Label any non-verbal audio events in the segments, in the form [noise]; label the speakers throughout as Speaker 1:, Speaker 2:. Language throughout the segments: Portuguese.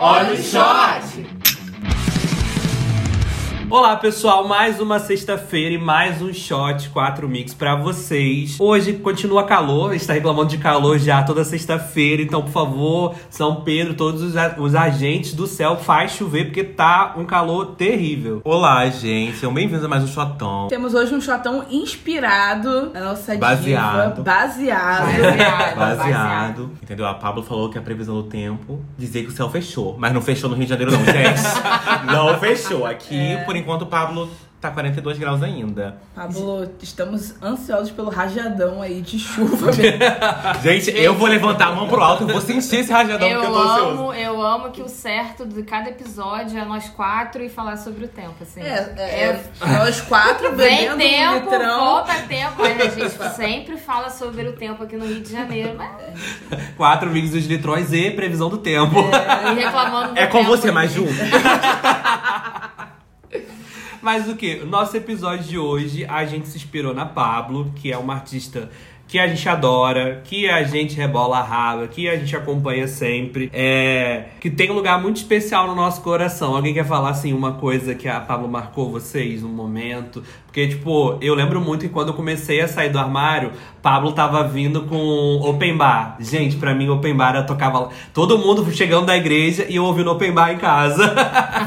Speaker 1: Olha o shot! Olá pessoal, mais uma sexta-feira e mais um shot 4 mix pra vocês. Hoje continua calor, está reclamando de calor já toda sexta-feira, então por favor, São Pedro, todos os, a- os agentes do céu, faz chover porque tá um calor terrível.
Speaker 2: Olá, gente. Sejam bem-vindos a mais um Shotão.
Speaker 3: Temos hoje um shotão inspirado na nossa
Speaker 2: Baseado.
Speaker 3: diva. Baseado.
Speaker 2: Baseado. Entendeu? A Pablo falou que a previsão do tempo dizia que o céu fechou. Mas não fechou no Rio de Janeiro, não, gente. não fechou. Aqui, por enquanto, o Pablo tá 42 graus ainda.
Speaker 3: Pablo, estamos ansiosos pelo rajadão aí de chuva.
Speaker 2: Gente, eu vou levantar a mão pro alto e vou sentir esse rajadão
Speaker 4: Eu
Speaker 2: porque um eu tô ansioso.
Speaker 4: amo, eu amo que o certo de cada episódio é nós quatro e falar sobre o tempo, assim.
Speaker 3: é, é, é, nós quatro
Speaker 4: Vem
Speaker 3: bebendo um
Speaker 4: tempo,
Speaker 3: litrão.
Speaker 4: volta tempo. Olha, a gente sempre fala sobre o tempo aqui no Rio de Janeiro, mas
Speaker 1: 4 mix dos litrões e previsão do tempo.
Speaker 4: e reclamando do
Speaker 2: É com
Speaker 4: tempo.
Speaker 2: você, Maju.
Speaker 1: [laughs] Mas o que? Nosso episódio de hoje, a gente se inspirou na Pablo, que é uma artista que a gente adora, que a gente rebola a raba, que a gente acompanha sempre, é, que tem um lugar muito especial no nosso coração. Alguém quer falar assim uma coisa que a Pablo marcou vocês num momento? Porque tipo, eu lembro muito que quando eu comecei a sair do armário, Pablo tava vindo com open bar. Gente, pra mim open bar eu tocava todo mundo chegando da igreja e eu ouvindo open bar em casa.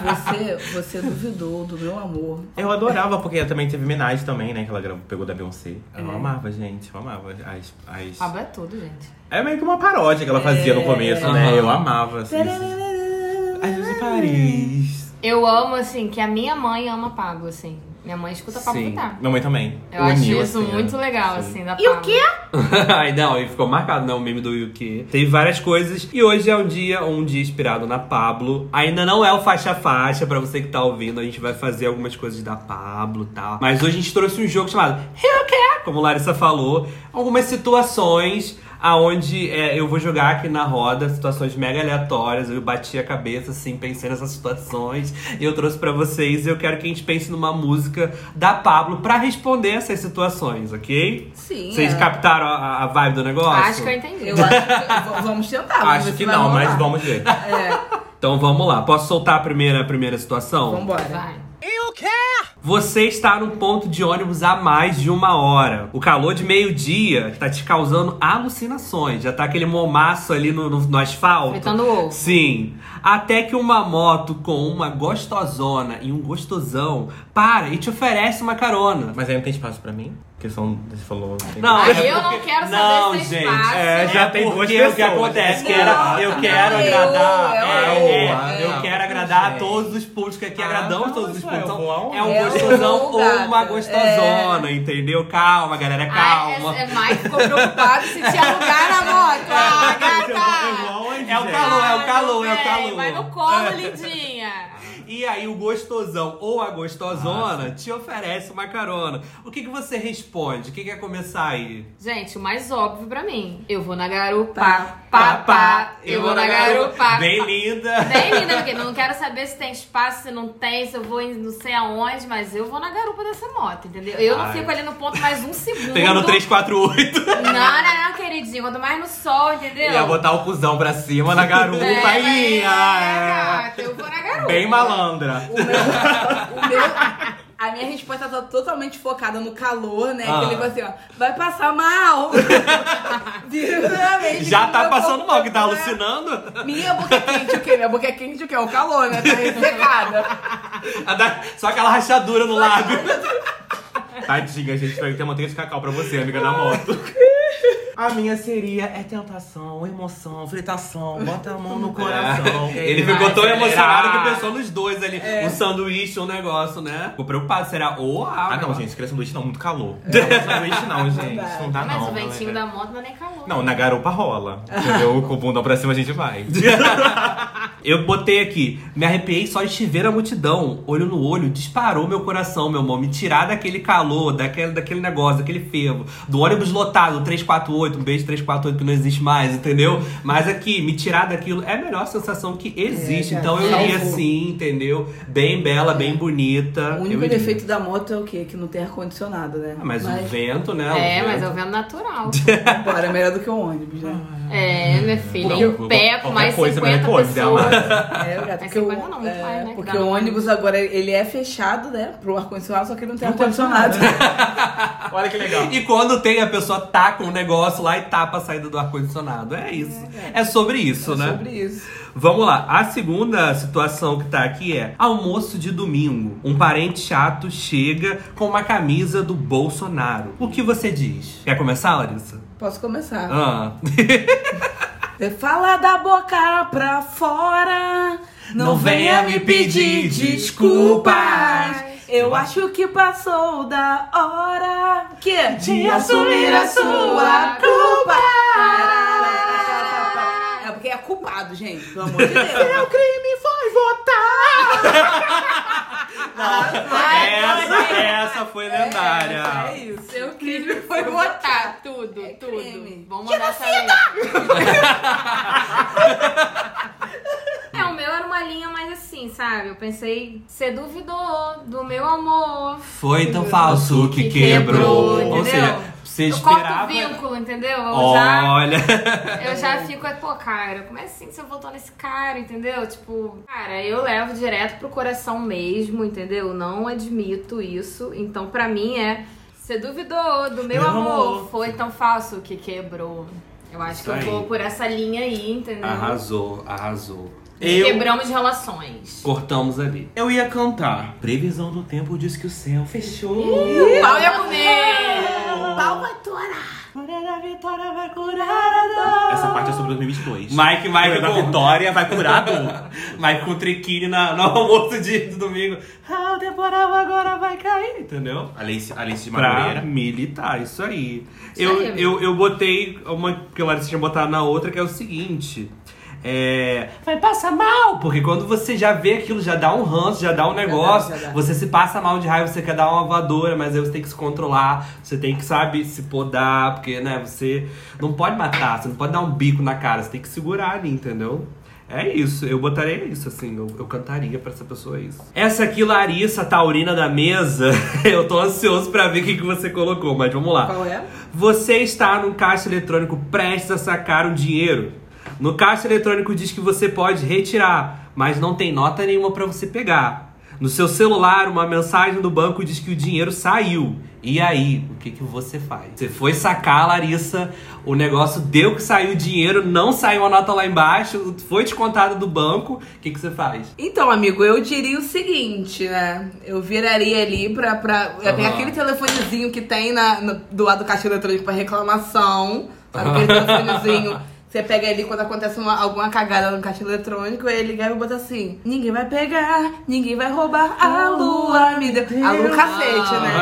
Speaker 3: Você, você duvidou do meu amor.
Speaker 2: Eu adorava, porque também teve Minaj também, né? Que ela gravou- pegou da Beyoncé. Eu
Speaker 4: É.
Speaker 2: amava, gente. Eu amava as. as-
Speaker 4: Pablo é tudo, gente.
Speaker 2: É meio que uma paródia que ela fazia no começo, né?
Speaker 4: É.
Speaker 1: Aham.
Speaker 2: Eu amava, assim. Às vezes em Paris.
Speaker 4: Eu amo, assim, que a minha mãe ama Pablo, assim. Minha mãe escuta Pablo
Speaker 1: Sim.
Speaker 4: Vittar.
Speaker 2: Minha mãe também.
Speaker 4: Eu acho
Speaker 2: Uniu,
Speaker 4: isso
Speaker 2: assim,
Speaker 4: muito
Speaker 2: né?
Speaker 4: legal,
Speaker 2: Sim.
Speaker 4: assim, da
Speaker 3: E o
Speaker 4: Pablo.
Speaker 3: quê?
Speaker 1: [laughs] Ai, não, e ficou marcado, né? O meme do Yuki. Teve várias coisas. E hoje é um dia, um dia inspirado na Pablo. Ainda não é o faixa a faixa, pra você que tá ouvindo. A gente vai fazer algumas coisas da Pablo e tal. Mas hoje a gente trouxe um jogo chamado Yuki, como Larissa falou. Algumas situações aonde é, eu vou jogar aqui na roda situações mega aleatórias. Eu bati a cabeça, assim, pensei nessas situações. E eu trouxe pra vocês. E eu quero que a gente pense numa música da Pablo pra responder essas situações, ok?
Speaker 3: Sim.
Speaker 1: Vocês
Speaker 3: é.
Speaker 1: captaram a, a vibe do negócio?
Speaker 4: Acho que eu entendi.
Speaker 3: Eu acho que v- vamos tentar. vamos ver
Speaker 2: Acho
Speaker 3: se
Speaker 2: que
Speaker 3: vai
Speaker 2: não, mas
Speaker 3: rolar.
Speaker 2: vamos ver.
Speaker 3: É,
Speaker 1: Então vamos lá. Posso soltar a primeira, a primeira situação?
Speaker 3: vambora.
Speaker 4: Vai.
Speaker 1: Você está num ponto de ônibus há mais de uma hora. O calor de meio-dia está te causando alucinações. Já tá aquele momaço ali no, no, no asfalto.
Speaker 4: Fritando ovo.
Speaker 1: Sim. Até que uma moto com uma gostosona e um gostosão para e te oferece uma carona.
Speaker 2: Mas aí não tem espaço pra mim? Porque são. Você falou. tem-
Speaker 1: Não,
Speaker 4: Aí
Speaker 1: é
Speaker 4: eu não
Speaker 1: porque-
Speaker 4: quero saber
Speaker 1: não,
Speaker 4: se é
Speaker 1: gente,
Speaker 4: espaço.
Speaker 1: É, já tem duas
Speaker 2: Porque
Speaker 1: pessoas. o que acontece, que era, eu
Speaker 3: Não,
Speaker 1: quero
Speaker 3: não,
Speaker 1: agradar,
Speaker 3: eu,
Speaker 1: é,
Speaker 2: eu,
Speaker 1: é,
Speaker 2: eu,
Speaker 1: eu
Speaker 2: eu,
Speaker 1: quero agradar a
Speaker 2: gente.
Speaker 1: todos os públicos que aqui
Speaker 2: Ah,
Speaker 1: agradamos
Speaker 2: não,
Speaker 1: todos os
Speaker 2: isso
Speaker 1: públicos.
Speaker 2: é
Speaker 1: Então,
Speaker 2: bom.
Speaker 1: é um
Speaker 3: É,
Speaker 1: gostosão
Speaker 3: eu,
Speaker 1: ou uma
Speaker 3: gata,
Speaker 1: gostosona, entendeu? Calma,
Speaker 4: Ai,
Speaker 1: galera, calma.
Speaker 4: é, é mais ficou preocupado se te alugar na moto. Ah,
Speaker 2: Eu vou- eu
Speaker 4: gata!
Speaker 2: vou aonde,
Speaker 1: É o
Speaker 2: gente?
Speaker 1: calor.
Speaker 4: Ah,
Speaker 1: calor, é o
Speaker 4: meu bem,
Speaker 1: calor.
Speaker 4: Vai no colo, lindinha.
Speaker 1: E aí o gostosão ou a gostosona te oferece uma carona. O que, que você responde? O que, que é começar aí?
Speaker 4: Gente, o mais óbvio pra mim. Eu vou na garupa,
Speaker 3: Pá,
Speaker 4: pá, pá. eu vou na garupa.
Speaker 1: Bem
Speaker 4: pá.
Speaker 1: linda.
Speaker 4: [laughs] Bem linda, porque eu não quero saber se tem espaço, se não tem, se eu vou em não sei aonde, mas eu vou na garupa dessa moto, entendeu? Eu não
Speaker 2: Ai.
Speaker 4: fico ali no ponto mais um segundo.
Speaker 1: Pegando 348.
Speaker 4: Não, não, não, queridinho. Quanto mais no sol, entendeu?
Speaker 2: Ia botar o cuzão pra cima na garupa
Speaker 4: É,
Speaker 2: e
Speaker 4: é,
Speaker 2: ia.
Speaker 4: gata, eu vou na garupa.
Speaker 2: Bem malandra.
Speaker 3: O meu, [laughs] o meu- a minha resposta tá totalmente focada no calor, né?
Speaker 1: Ah.
Speaker 3: Que ele vai assim, ó, vai passar mal. [laughs] Literalmente,
Speaker 1: Já
Speaker 3: que
Speaker 1: tá
Speaker 3: meu
Speaker 1: passando
Speaker 3: corpo
Speaker 1: mal, que tá
Speaker 3: tá- [laughs]
Speaker 1: alucinando.
Speaker 3: Minha boca é quente, o quê? Minha boca é quente, o quê? O calor, né? Tá ressecada.
Speaker 1: A da- Só aquela rachadura no lábio.
Speaker 2: Tadinha, gente. Vai ter manteiga de cacau pra você, amiga da moto. A minha seria é tentação, emoção, fritação, bota a mão no coração.
Speaker 1: Ele
Speaker 4: vai
Speaker 1: ficou tão
Speaker 2: é
Speaker 4: acelerar.
Speaker 1: emocionado que pensou nos dois ali. Um sanduíche, um negócio, né? Ficou preocupado, será o a.
Speaker 2: Ah, não, É, gente, queria sanduíche não, muito calor. Não, sanduíche não, gente. Não tá dá, Ah, não.
Speaker 4: Mas o ventinho
Speaker 2: galera.
Speaker 4: da moto não é nem calor.
Speaker 2: Não, na garupa rola. Entendeu? Com o bundão pra cima a gente vai.
Speaker 1: Eu botei aqui, me arrepiei só de te ver a multidão. Olho no olho, disparou meu coração, meu irmão. Me tirar daquele calor, daquele, daquele negócio, daquele fervo. Do ônibus lotado, 348, um beijo 348 que não existe mais, entendeu? Mas aqui, me tirar daquilo é a melhor sensação que existe.
Speaker 3: É,
Speaker 1: então eu
Speaker 3: cara.
Speaker 1: iria
Speaker 3: Salvou.
Speaker 1: sim, entendeu? eu, bem bela, bem bonita.
Speaker 3: O
Speaker 1: eu
Speaker 3: único
Speaker 1: iria.
Speaker 3: defeito da moto é o quê? Que não tem ar-condicionado, né?
Speaker 1: Ah, Mas, o vento, né?
Speaker 4: É,
Speaker 1: o
Speaker 4: mas
Speaker 1: vento.
Speaker 4: é o vento natural.
Speaker 3: Bora, é melhor do que um ônibus, né?
Speaker 4: É, minha filha,
Speaker 2: Não,
Speaker 4: em pé com
Speaker 2: qualquer
Speaker 4: mais
Speaker 2: coisa,
Speaker 4: 50
Speaker 2: qualquer coisa, né,
Speaker 4: pessoas.
Speaker 3: É, gata,
Speaker 4: Mas
Speaker 3: porque o,
Speaker 4: 50 não,
Speaker 3: é,
Speaker 4: vai, né?
Speaker 3: porque
Speaker 4: Dá
Speaker 3: o
Speaker 4: um-
Speaker 3: ônibus agora ele é fechado, né? Pro ar-condicionado, só que ele não tem
Speaker 2: Não tem
Speaker 3: ar-condicionado.
Speaker 2: Olha que legal.
Speaker 1: E quando tem, a pessoa taca um negócio lá e tapa a saída do ar-condicionado. É isso. É, sobre isso, né?
Speaker 3: [laughs] Sobre isso.
Speaker 1: Vamos lá. A segunda situação que tá aqui é almoço de domingo. Um parente chato chega com uma camisa do Bolsonaro. O que você diz? Quer começar, Larissa?
Speaker 3: Posso começar.
Speaker 1: Ah.
Speaker 3: Você É, fala da boca pra fora. Não, venha me pedir desculpas. Eu acho que passou da hora que de assumir a sua culpa. É porque é culpado, gente. Pelo amor [laughs] de Deus.
Speaker 2: crime foi votar.
Speaker 1: [laughs] Essa, essa foi lendária.
Speaker 3: É isso.
Speaker 4: Seu crime foi votar tudo,
Speaker 3: É
Speaker 4: tudo.
Speaker 3: crime.
Speaker 4: Vamos mandar essa linha. [laughs] É, o meu era uma linha mais assim, sabe? Eu pensei, você duvidou do meu amor.
Speaker 1: Foi tão falso que
Speaker 4: Que
Speaker 1: quebrou.
Speaker 4: quebrou,
Speaker 1: Ou
Speaker 4: entendeu?
Speaker 1: seja, você
Speaker 4: Eu corto o
Speaker 2: né?
Speaker 1: esperava.
Speaker 4: vínculo, entendeu? Eu já,
Speaker 1: Olha.
Speaker 4: eu já fico, é, pô, cara, como é assim que você votou nesse cara, entendeu? Tipo, cara, eu levo direto pro coração mesmo, entendeu? Não admito isso. Então, pra mim, é. Você duvidou do meu
Speaker 2: Meu
Speaker 4: amor.
Speaker 2: amor.
Speaker 4: Foi tão falso que quebrou. Eu acho
Speaker 1: Isso
Speaker 4: que eu
Speaker 1: aí.
Speaker 4: vou por essa linha aí, entendeu?
Speaker 1: Arrasou, arrasou.
Speaker 2: Eu,
Speaker 4: Quebramos relações.
Speaker 1: Cortamos ali.
Speaker 2: eu ia cantar. Previsão do tempo diz que o céu fechou.
Speaker 4: O pau ia comer!
Speaker 3: Pau vai torar.
Speaker 2: Essa parte é sobre 2022.
Speaker 1: Mike, Mike
Speaker 2: Vai dar
Speaker 1: com
Speaker 2: vitória, vai curar a dor.
Speaker 1: Mike com triquine na, no almoço de de domingo. Ah, o temporal agora vai cair, entendeu?
Speaker 2: Alice, Alice de
Speaker 1: Pra
Speaker 2: Madureira.
Speaker 1: militar, isso aí.
Speaker 4: Isso
Speaker 1: eu,
Speaker 4: aí.
Speaker 1: eu, eu botei uma que a Larissa tinha botado na outra, que é o seguinte. É. Vai passar mal! Porque quando você já vê aquilo, já dá um ranço, já dá um negócio,
Speaker 3: dá, já dá.
Speaker 1: você se passa mal de raiva, você quer dar uma voadora, mas aí você tem que se controlar, você tem que, sabe, se podar, porque, né, você não pode matar, você não pode dar um bico na cara, você tem que segurar ali, entendeu? É isso, eu botaria isso, assim, eu, eu cantaria pra essa pessoa isso. Essa aqui, Larissa, taurina da mesa, [laughs] eu tô ansioso pra ver o que, que você colocou, mas vamos lá.
Speaker 3: Qual é?
Speaker 1: Você está num caixa eletrônico prestes a sacar um dinheiro. No caixa eletrônico diz que você pode retirar, mas não tem nota nenhuma para você pegar. No seu celular, uma mensagem do banco diz que o dinheiro saiu. E aí, o que, que você faz? Você foi sacar, Larissa, o negócio deu que saiu o dinheiro, não saiu a nota lá embaixo, foi descontada do banco. O que, que você faz?
Speaker 3: Então, amigo, eu diria o seguinte, né? Eu viraria ali pra. pra eu ia pegar
Speaker 1: Aham.
Speaker 3: aquele telefonezinho que tem na, no- do lado do caixa eletrônico pra reclamação. Sabe aquele telefonezinho? Você pega ali quando acontece uma- alguma cagada no caixa eletrônico, aí ele ligar e botar assim: Ninguém vai pegar, ninguém vai roubar a lua, me deu. A lua é um cacete, né?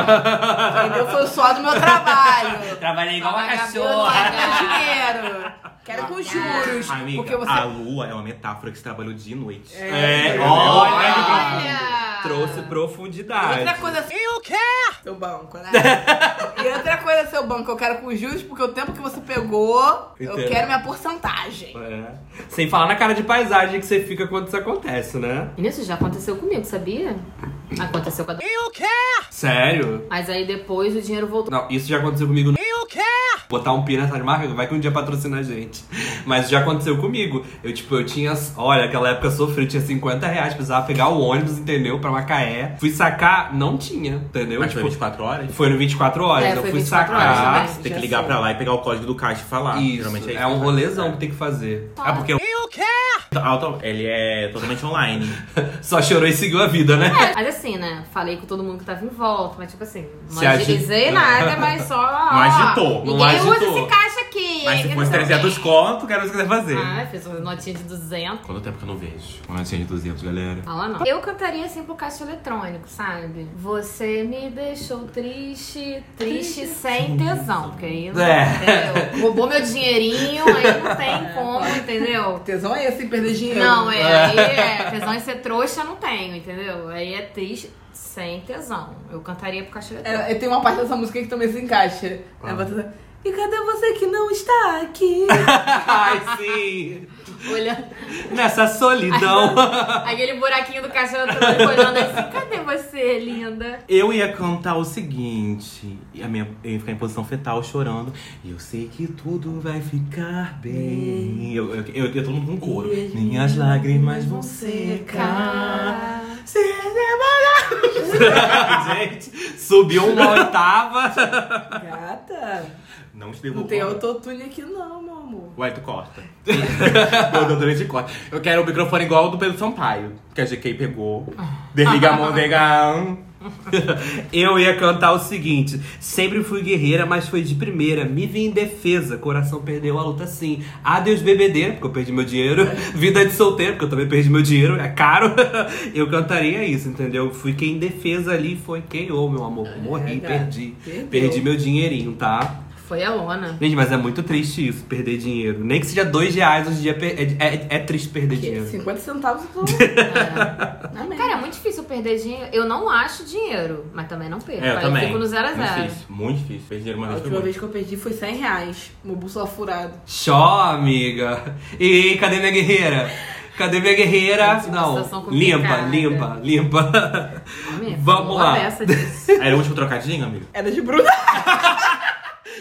Speaker 3: Entendeu? Foi o suor do meu trabalho.
Speaker 1: Trabalhei igual uma
Speaker 3: Eu
Speaker 1: cachorra.
Speaker 3: quero dinheiro. Quero com juros.
Speaker 2: Amiga,
Speaker 3: porque você.
Speaker 2: a lua é uma metáfora que se trabalhou de noite.
Speaker 1: É, olha!
Speaker 4: Olha!
Speaker 1: Trouxe profundidade.
Speaker 3: Outra coisa assim, eu quero! Seu banco, né? e outra coisa, seu banco, eu quero com juros, porque o tempo que você pegou,
Speaker 1: Entendo.
Speaker 3: eu quero minha porcentagem.
Speaker 1: É. Sem falar na cara de paisagem que você fica quando isso acontece, né?
Speaker 4: E Isso já aconteceu comigo, sabia? Aconteceu com a.
Speaker 1: Sério?
Speaker 4: Mas aí depois o dinheiro voltou.
Speaker 1: Não, isso já aconteceu comigo. E o quê? Botar um pi nessas marcas, vai que um dia patrocina a gente. Mas já aconteceu comigo. Eu, tipo, eu tinha. Olha, aquela época eu sofri, eu tinha 50 reais, precisava pegar o ônibus, entendeu? Pra Macaé. Fui sacar, não tinha, entendeu?
Speaker 2: Mas foi
Speaker 1: tipo,
Speaker 2: 24 horas?
Speaker 1: foi no 24 horas,
Speaker 4: É,
Speaker 1: eu
Speaker 4: foi
Speaker 1: fui
Speaker 4: 24 horas
Speaker 1: sacar.
Speaker 4: também.
Speaker 2: Você tem
Speaker 3: Já
Speaker 2: que ligar
Speaker 3: sei.
Speaker 2: pra lá e pegar o código do caixa e falar.
Speaker 1: Isso,
Speaker 2: Geralmente é,
Speaker 1: é,
Speaker 2: isso.
Speaker 1: um rolezão que tem que fazer.
Speaker 2: É porque. E o quê? Ele é totalmente online.
Speaker 1: Só chorou e seguiu a vida, né?
Speaker 4: É, mas assim, né? Falei com todo mundo que tava em volta, mas tipo assim, não
Speaker 1: Se agi-
Speaker 4: agilizei nada, mas só. ó,
Speaker 2: Não agitou, não
Speaker 4: Ninguém usa
Speaker 1: agitou.
Speaker 4: esse caixa aqui.
Speaker 2: Mas
Speaker 4: hein,
Speaker 2: se é fosse
Speaker 4: que não sei o
Speaker 2: 300
Speaker 4: quê.
Speaker 2: conto, quero ver o que você vai fazer.
Speaker 4: Ah, fez uma notinha de 200.
Speaker 2: Quanto tempo que eu não vejo? Uma notinha de 200, galera.
Speaker 4: Fala não. Eu cantaria assim pro caixa eletrônico, sabe? Você me deixou triste, triste sem tesão. Porque aí não
Speaker 1: É.
Speaker 4: entendeu? Roubou meu dinheirinho, aí não tem como, entendeu?
Speaker 3: O tesão é esse, perder dinheiro.
Speaker 4: Não, é, aí é. Tesão em ser trouxa eu não tenho, entendeu? Aí é triste sem tesão. Eu cantaria pro caixa eletrônico.
Speaker 1: Ah.
Speaker 3: É, é, tem uma parte dessa música que também se encaixa. É, você- E cadê você que não está [laughs] aqui?
Speaker 1: Ai, sim!
Speaker 4: Olhando.
Speaker 1: Nessa solidão.
Speaker 4: Aquele buraquinho do caixa eletrônico olhando assim, cadê você, linda?
Speaker 2: Eu ia cantar o seguinte, e a minha, eu ia ficar em posição fetal chorando. E eu sei que tudo vai ficar bem. Eu, eu, eu, eu tô num coro.
Speaker 3: E as
Speaker 2: Minhas lágrimas vão secar.
Speaker 4: Cara.
Speaker 1: [laughs] Gente, subiu
Speaker 2: [laughs]
Speaker 1: uma oitava.
Speaker 3: é Gata,
Speaker 2: Não te
Speaker 3: não
Speaker 2: derrubou.
Speaker 3: tem autotune aqui não, meu amor.
Speaker 2: Ué, tu corta.
Speaker 1: [laughs]
Speaker 2: Meu deodorante de corta. Eu
Speaker 1: um
Speaker 2: quero o microfone igual o do Pedro Sampaio, que a GK pegou. Desliga a mão, nega.
Speaker 1: [laughs] Eu ia cantar o seguinte: sempre fui guerreira, mas foi de primeira. Me vi em defesa, coração perdeu a luta sim. Adeus BBD, porque eu perdi meu dinheiro. Vida de solteiro, porque eu também perdi meu dinheiro, é caro. [laughs] Eu cantaria isso, entendeu? Fui quem em defesa ali foi quem ou meu amor. Morri,
Speaker 3: É, gata.
Speaker 1: perdi.
Speaker 3: Perdeu.
Speaker 1: Perdi meu dinheirinho, tá?
Speaker 4: Foi a lona.
Speaker 1: Gente, mas é muito triste isso, perder dinheiro. Nem que seja dois reais hoje em dia per- é, é- é triste perder
Speaker 3: Que?
Speaker 1: dinheiro.
Speaker 3: 50 centavos por...
Speaker 1: [laughs]
Speaker 4: Cara,
Speaker 3: Amém.
Speaker 4: Cara, é muito difícil perder dinheiro. Eu não acho dinheiro, mas também não perco.
Speaker 2: É, eu
Speaker 4: Aí
Speaker 2: também.
Speaker 4: fico no zero a
Speaker 2: Muito
Speaker 4: zero.
Speaker 2: difícil, muito difícil. Perdi dinheiro uma
Speaker 3: A
Speaker 2: vez foi
Speaker 3: última
Speaker 2: muito.
Speaker 3: vez que eu perdi foi 100 reais. Meu bolso furado.
Speaker 1: Xó, amiga. E cadê minha guerreira? Cadê minha guerreira?
Speaker 4: Gente, uma situação
Speaker 1: Não, limpa,
Speaker 4: complicada.
Speaker 1: limpa, limpa. [laughs]
Speaker 4: Homem,
Speaker 1: Vamos
Speaker 4: uma
Speaker 1: lá.
Speaker 4: peça disso.
Speaker 2: Era o último trocadinho, amigo?
Speaker 3: Era de Bruna.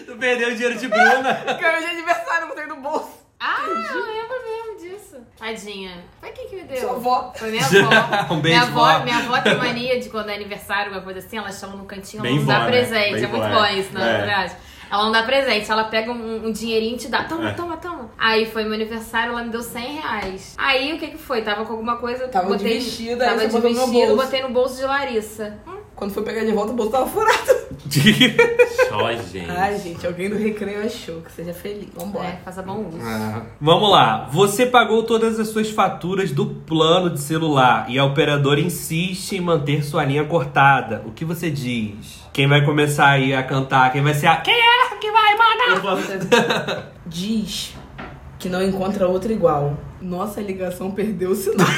Speaker 1: Tu perdeu o dinheiro de Bruna. [laughs]
Speaker 3: Ganhei de aniversário, botei no bolso.
Speaker 4: Ah, eu lembro mesmo disso. Tadinha. Foi quem que me deu?
Speaker 3: Sua avó.
Speaker 4: Foi
Speaker 2: [laughs]
Speaker 4: minha avó.
Speaker 1: Um beijo,
Speaker 4: minha, avó
Speaker 1: vó.
Speaker 4: minha avó tem mania de quando é aniversário, alguma coisa assim, ela chama no cantinho, ela
Speaker 2: Bem
Speaker 4: não
Speaker 2: vó,
Speaker 4: dá
Speaker 2: né?
Speaker 4: presente.
Speaker 2: Bem
Speaker 4: é muito
Speaker 2: vó,
Speaker 4: bom
Speaker 2: é.
Speaker 4: isso, não é,
Speaker 2: É.
Speaker 4: verdade? Ela não dá presente, ela pega um, um dinheirinho e te dá. Toma,
Speaker 2: É.
Speaker 4: toma, toma. Aí foi meu aniversário, ela me deu 100 reais. Aí o que que foi? Tava com alguma coisa. eu
Speaker 3: Tava de
Speaker 4: botei,
Speaker 3: vestido, aí
Speaker 4: tava
Speaker 3: você
Speaker 4: de
Speaker 3: botou no meu
Speaker 4: vestido,
Speaker 3: bolso.
Speaker 4: botei no bolso de Larissa. Hum,
Speaker 3: Quando foi pegar de volta, o bolso tava furado.
Speaker 2: Só, gente.
Speaker 3: Ai, gente, alguém do recreio achou que seja feliz.
Speaker 4: é,
Speaker 3: Vambora.
Speaker 4: faça bom uso.
Speaker 1: Vamos lá. Você pagou todas as suas faturas do plano de celular e a operadora insiste em manter sua linha cortada. O que você diz? Quem vai começar aí a cantar? Quem vai ser a. Quem é que vai mandar?
Speaker 2: Eu posso-
Speaker 3: Diz que não encontra outra igual. Nossa ligação perdeu o sinal. [laughs]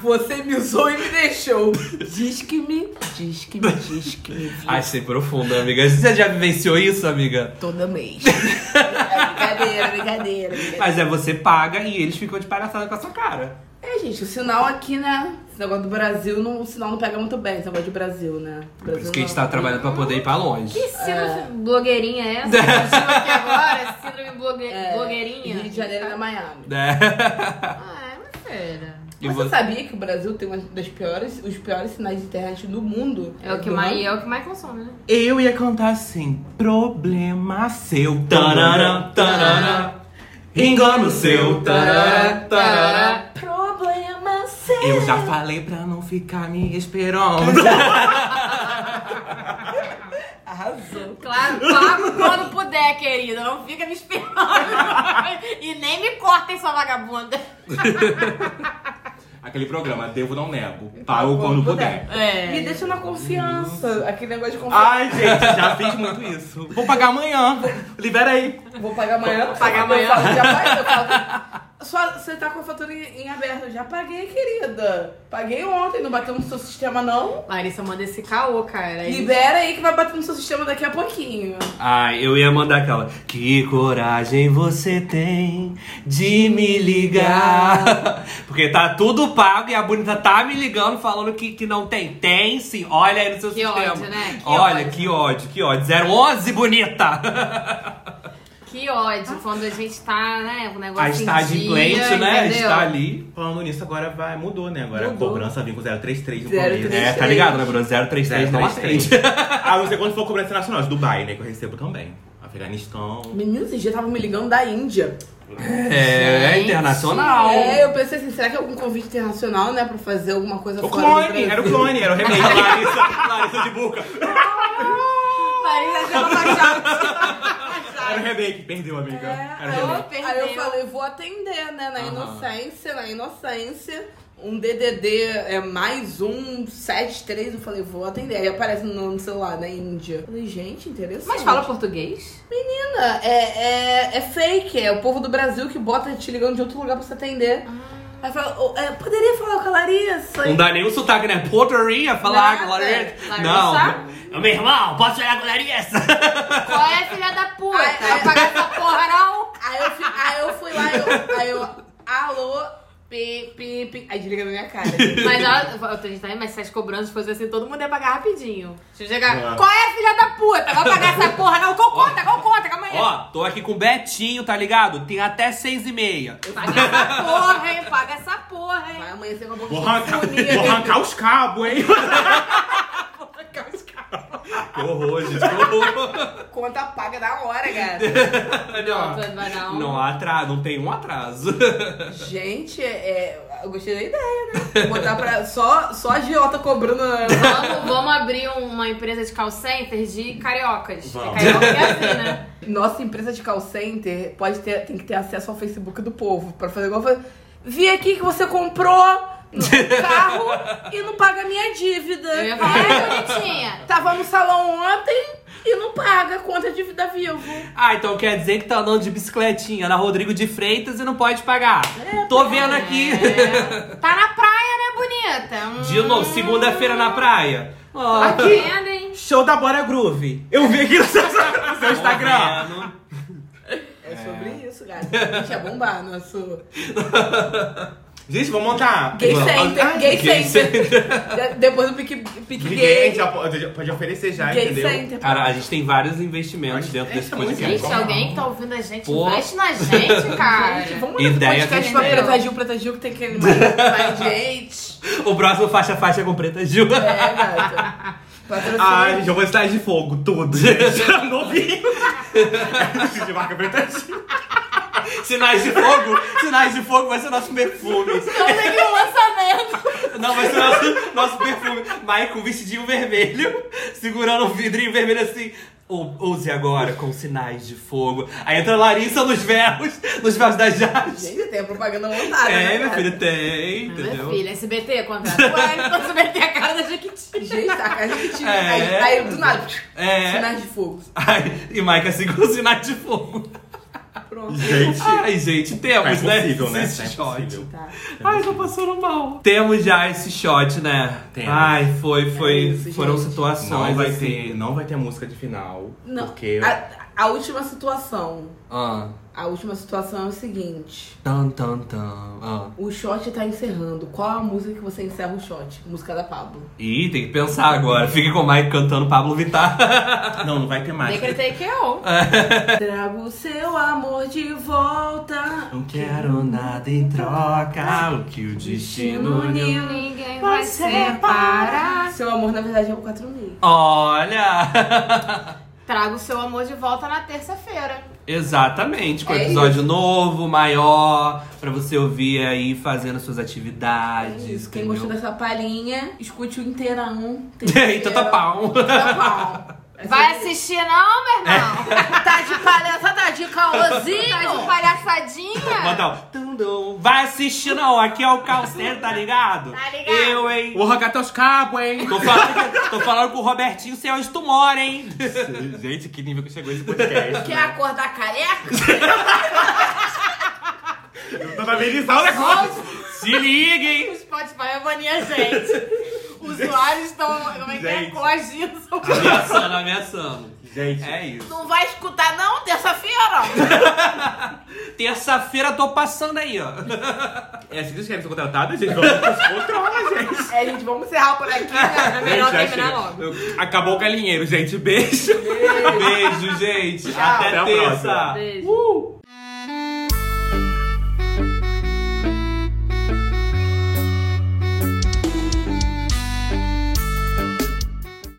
Speaker 3: Você me usou e me deixou. Diz que me, diz que me, diz que me. viu
Speaker 1: Ai, sei profunda, amiga. Você já vivenciou isso, amiga?
Speaker 3: Toda
Speaker 1: [laughs]
Speaker 3: mês. É brincadeira, brincadeira, brincadeira.
Speaker 1: Mas é você paga e eles ficam de palhaçada com a sua cara.
Speaker 3: É, gente, o sinal aqui, né? Esse negócio do Brasil, não, o sinal não pega muito bem, esse negócio de Brasil, né?
Speaker 1: Por isso
Speaker 3: Brasil
Speaker 1: que a gente
Speaker 3: não.
Speaker 1: tá trabalhando pra poder ir pra longe.
Speaker 4: Que síndrome
Speaker 2: [laughs]
Speaker 4: blogueirinha é essa? Que Chegou aqui agora, síndrome blogue...
Speaker 3: É,
Speaker 4: blogueirinha.
Speaker 3: Rio de Janeiro é Miami.
Speaker 1: É.
Speaker 4: Ah, é uma feira.
Speaker 1: E
Speaker 3: Mas você
Speaker 1: vo-
Speaker 3: sabia que o Brasil tem uma das piores, os piores sinais de internet do mundo?
Speaker 4: É o que
Speaker 1: Uhum.
Speaker 3: Do
Speaker 4: mais,
Speaker 3: mundo.
Speaker 4: é o que mais consome, né?
Speaker 2: Eu ia cantar assim, problema seu.
Speaker 1: Tarará, tarará. Engano seu. Tarará, tarará.
Speaker 3: Problema seu.
Speaker 2: Eu já falei pra não ficar me esperando.
Speaker 3: Arrasou.
Speaker 4: Claro, pago quando puder, querida. Não fica me esperando. E nem me cortem, sua vagabunda.
Speaker 2: Aquele programa, devo não nego. Pago quando puder.
Speaker 4: É.
Speaker 3: Me deixa na confiança. Aquele negócio de confiança.
Speaker 2: Ai, gente, já fiz muito isso. Vou pagar amanhã. Libera aí.
Speaker 3: Vou pagar amanhã. Vou
Speaker 4: pagar amanhã.
Speaker 3: Eu falo, já paguei. Eu falo, sua- você tá com a fatura em, em aberto. Eu já paguei, querida. Paguei ontem, não bateu no seu sistema, não.
Speaker 4: Larissa manda esse caô, cara. Aí-
Speaker 3: Libera aí que vai bater no seu sistema daqui a pouquinho.
Speaker 1: Ai, eu ia mandar aquela. Que coragem você tem de me ligar. [laughs] Porque tá tudo pago e a bonita tá me ligando falando que, que não tem. Tem sim, olha aí no seu
Speaker 4: Que
Speaker 1: sistema.
Speaker 4: ódio, né? Que
Speaker 1: olha,
Speaker 4: ódio.
Speaker 1: que ódio, que ódio. 011, bonita!
Speaker 4: Que ódio quando a gente tá, né, com o negócio
Speaker 1: A
Speaker 4: em
Speaker 1: inadimplente,
Speaker 4: dia,
Speaker 1: né?
Speaker 4: entendeu?
Speaker 1: Está ali.
Speaker 2: Falando nisso, agora vai, mudou, né? Agora
Speaker 3: Mudou.
Speaker 2: a cobrança vem com 033 no
Speaker 3: 033.
Speaker 2: começo.
Speaker 1: É, tá ligado, né, Bruno? 033 não atende.
Speaker 2: A não ser Ah, quando for cobrança nacional, de Dubai, né? Que eu recebo também. Afeganistão.
Speaker 3: Menino, esse dia tava me ligando da Índia.
Speaker 1: É, é
Speaker 4: Gente.
Speaker 1: internacional.
Speaker 3: É, eu pensei assim, será que é algum convite internacional, né? Pra fazer alguma coisa
Speaker 2: O
Speaker 3: fora do
Speaker 2: clone,
Speaker 3: Brasil?
Speaker 2: era o clone, era o remake. É Larissa, Larissa de Buca.
Speaker 4: Larissa já tá chateada.
Speaker 2: Era o remake, perdeu, amiga.
Speaker 3: É,
Speaker 2: Era o
Speaker 3: aí,
Speaker 2: remake.
Speaker 4: Ela
Speaker 3: eu, aí eu
Speaker 4: perdeu.
Speaker 3: falei, vou atender, né? Na
Speaker 1: Aham.
Speaker 3: inocência, na inocência. Um DDD é mais um, 73, eu falei, vou atender. Aí aparece no, no celular, na Índia. Eu falei, gente, interessante.
Speaker 4: Mas fala português? Ah.
Speaker 3: Menina, é, é, é fake, é o povo do Brasil que bota te ligando de outro lugar pra você atender. Ela falou, "Oh, é, poderia falar com a Larissa?
Speaker 1: Não dá nenhum sotaque, né? Poderia falar com
Speaker 4: Nada.
Speaker 1: Larissa.
Speaker 4: Larissa?
Speaker 1: Não. Meu irmão, posso falar com Larissa?
Speaker 4: Qual é, filha da puta?
Speaker 3: Ai, ai.
Speaker 4: Apaga essa porra, não!
Speaker 3: Aí eu fui, aí eu fui lá, eu, aí eu, alô, pi, pi, pi. Aí desliga na minha
Speaker 2: [laughs]
Speaker 3: cara.
Speaker 4: Mas ela, a gente tá aí, mas se as cobranças fossem assim, todo mundo ia pagar rapidinho. Deixa eu chegar.
Speaker 2: É.
Speaker 4: Qual é, filha da puta? Vai pagar essa porra, não? Qual conta? Qual conta? Calma aí.
Speaker 1: Ó, tô aqui com o Betinho, tá ligado? Tem até seis e meia.
Speaker 4: Paga essa porra, hein? Paga essa porra, hein?
Speaker 3: Vai amanhecer com a boca
Speaker 2: Vou arrancar,
Speaker 3: fonia.
Speaker 2: vou
Speaker 3: [laughs]
Speaker 2: arrancar os cabos, hein?
Speaker 1: [laughs] Que horror, gente, que horror.
Speaker 3: Conta paga da hora, gata.
Speaker 4: Não, vai não.
Speaker 1: Não há atraso, não tem um atraso.
Speaker 3: Gente, é, eu gostei da ideia, né? Botar pra. Só, só a Giota cobrando.
Speaker 4: Vamos, vamos abrir uma empresa de call center de cariocas.
Speaker 2: Vamos.
Speaker 4: Porque Carioca é assim, né?
Speaker 3: Nossa empresa de call center pode ter, tem que ter acesso ao Facebook do povo pra fazer igual. fazer, Vi aqui que você comprou um carro e não paga minha dívida.
Speaker 4: Eu ia falar, é bonitinha.
Speaker 3: Tava no salão ontem e não paga a conta de vida vivo.
Speaker 1: Ah, então quer dizer que tá andando de bicicletinha na Rodrigo de Freitas e não pode pagar. Tô vendo aqui.
Speaker 4: É. Tá na praia, né, bonita? Hum,
Speaker 1: [laughs] De novo, segunda-feira na praia. Ó,
Speaker 4: Tá vendo, hein?
Speaker 2: Show da Bora Groove. Eu vi aqui no seu, no seu Instagram.
Speaker 1: Morrendo.
Speaker 3: É sobre isso, gata. A gente ia bombar nosso.
Speaker 2: Gente, vamos montar.
Speaker 3: Gay
Speaker 2: Vamos-
Speaker 3: Center,
Speaker 2: Ah,
Speaker 3: Gay
Speaker 1: gay
Speaker 3: Center. De- Depois do pique, pique
Speaker 2: Gay,
Speaker 3: gay.
Speaker 2: já pode, já pode oferecer já,
Speaker 3: Gay
Speaker 2: entendeu?
Speaker 3: Center.
Speaker 1: Cara, a gente tem vários investimentos dentro desse
Speaker 2: Essa música
Speaker 1: podcast.
Speaker 4: Gente, alguém que tá ouvindo a gente,
Speaker 1: Porra.
Speaker 4: investe na gente, cara.
Speaker 3: "Ah, Gente, vamos mandar
Speaker 1: Ideia
Speaker 3: esse podcast
Speaker 1: que
Speaker 3: pra
Speaker 4: tem.
Speaker 3: Preta Gil, Preta Gil que tem aquele mais gente.
Speaker 1: O próximo faixa faixa é com Preta Gil.
Speaker 3: [laughs] É, gata.
Speaker 2: [laughs]
Speaker 3: Patrocínio.
Speaker 2: Ai, gente, eu vou estar de fogo, tudo, gente. Novinho. [laughs] de marca preta.
Speaker 1: Sinais de fogo? Sinais de fogo vai ser nosso perfume.
Speaker 3: Não tem um lançamento.
Speaker 1: Não, vai ser nosso, nosso perfume. Mike com vestidinho vermelho, segurando um vidrinho vermelho assim. Ou- Ouse agora com sinais de fogo. Aí entra a Larissa nos véus, nos véus da Jade.
Speaker 3: Gente, tem a propaganda montada.
Speaker 1: É,
Speaker 3: né,
Speaker 1: meu
Speaker 3: gata?
Speaker 1: filho, tem,
Speaker 4: Minha
Speaker 1: entendeu?
Speaker 4: filha, SBT, contrata o Wellington, SBT é a cara da Jequiti.
Speaker 3: Gente, tá a cara de que tinha.
Speaker 1: É.
Speaker 3: Aí, aí, do nada.
Speaker 1: É.
Speaker 3: Sinais de fogo.
Speaker 1: Ai, e Mike assim com sinais de fogo.
Speaker 3: Ah, Pronto.
Speaker 2: Gente,
Speaker 1: Ai, gente, temos,
Speaker 2: é possível,
Speaker 1: né? é
Speaker 2: né?
Speaker 1: Esse
Speaker 2: É
Speaker 1: shot.
Speaker 2: possível.
Speaker 3: Tá.
Speaker 1: Ai, tô passando mal. Temos já esse shot, né?
Speaker 2: Temos.
Speaker 1: Ai, foi, foi.
Speaker 3: É isso,
Speaker 1: foram
Speaker 3: gente.
Speaker 1: situações
Speaker 2: Não vai,
Speaker 1: assim.
Speaker 2: ter, não vai ter música de final.
Speaker 3: Não.
Speaker 2: Porque.
Speaker 3: A, a última situação.
Speaker 1: Ah.
Speaker 3: A última situação é o seguinte.
Speaker 1: Tan, tan, tan. Ah.
Speaker 3: O shot tá encerrando. Qual a música que você encerra o shot? Música da [laughs] Pablo.
Speaker 1: Ih, tem que pensar agora. Fica com o Mike cantando Pablo Vittar.
Speaker 3: Ah,
Speaker 2: Não, não vai ter mais.
Speaker 4: Decretei que eu.
Speaker 3: Trago o seu amor de volta.
Speaker 1: [laughs] Não quero nada em troca. O que o destino uniu.
Speaker 4: Ninguém vai separar.
Speaker 3: Seu amor, na verdade, é o 4 mil.
Speaker 1: Olha!
Speaker 4: Traga o seu amor de volta na terça-feira.
Speaker 1: Exatamente, com
Speaker 3: É
Speaker 1: episódio novo, maior, pra você ouvir aí fazendo suas atividades.
Speaker 3: Quem
Speaker 1: entendeu?
Speaker 3: gostou dessa palhinha, escute o um.
Speaker 1: [laughs]
Speaker 3: inteirão.
Speaker 1: Eita, tá pau.
Speaker 4: Vai assistir não, meu irmão?
Speaker 3: Tá de palhaça, tá de
Speaker 4: Tá de
Speaker 3: caosinho.
Speaker 4: palhaçadinha?
Speaker 1: Bota o tum, tum. Vai assistir não, aqui é o calceiro, tá ligado?
Speaker 4: Tá ligado.
Speaker 1: Eu, hein?
Speaker 2: Vou arrancar teus cabos, hein?
Speaker 1: Tô falando, que- tô falando com o Robertinho, sei onde tu mora, hein?
Speaker 2: [laughs] Gente, que nível que chegou esse podcast.
Speaker 3: Quer acordar careca?
Speaker 2: Eu tô pra amenizar o negócio.
Speaker 1: Se liga, hein?
Speaker 4: O Spotify bania a gente. Usuários estão, como é que é?
Speaker 2: Gente.
Speaker 4: Coagindo.
Speaker 1: Ameaçando, ameaçando.
Speaker 2: Gente,
Speaker 1: É isso.
Speaker 3: Não vai escutar, não, terça-feira?
Speaker 1: Terça-feira tô passando aí, ó.
Speaker 2: é assim que vocês querem ser contratados, gente? Vamos pros controles, gente.
Speaker 3: É, gente, vamos encerrar por aqui. né?
Speaker 4: É melhor
Speaker 2: Gente, já
Speaker 4: terminar
Speaker 2: chega.
Speaker 4: logo.
Speaker 2: Eu- Acabou o galinheiro, gente. Beijo.
Speaker 1: Beijo, gente. Até,
Speaker 2: Até a
Speaker 1: terça.
Speaker 2: próxima.
Speaker 4: Beijo.
Speaker 1: Uh!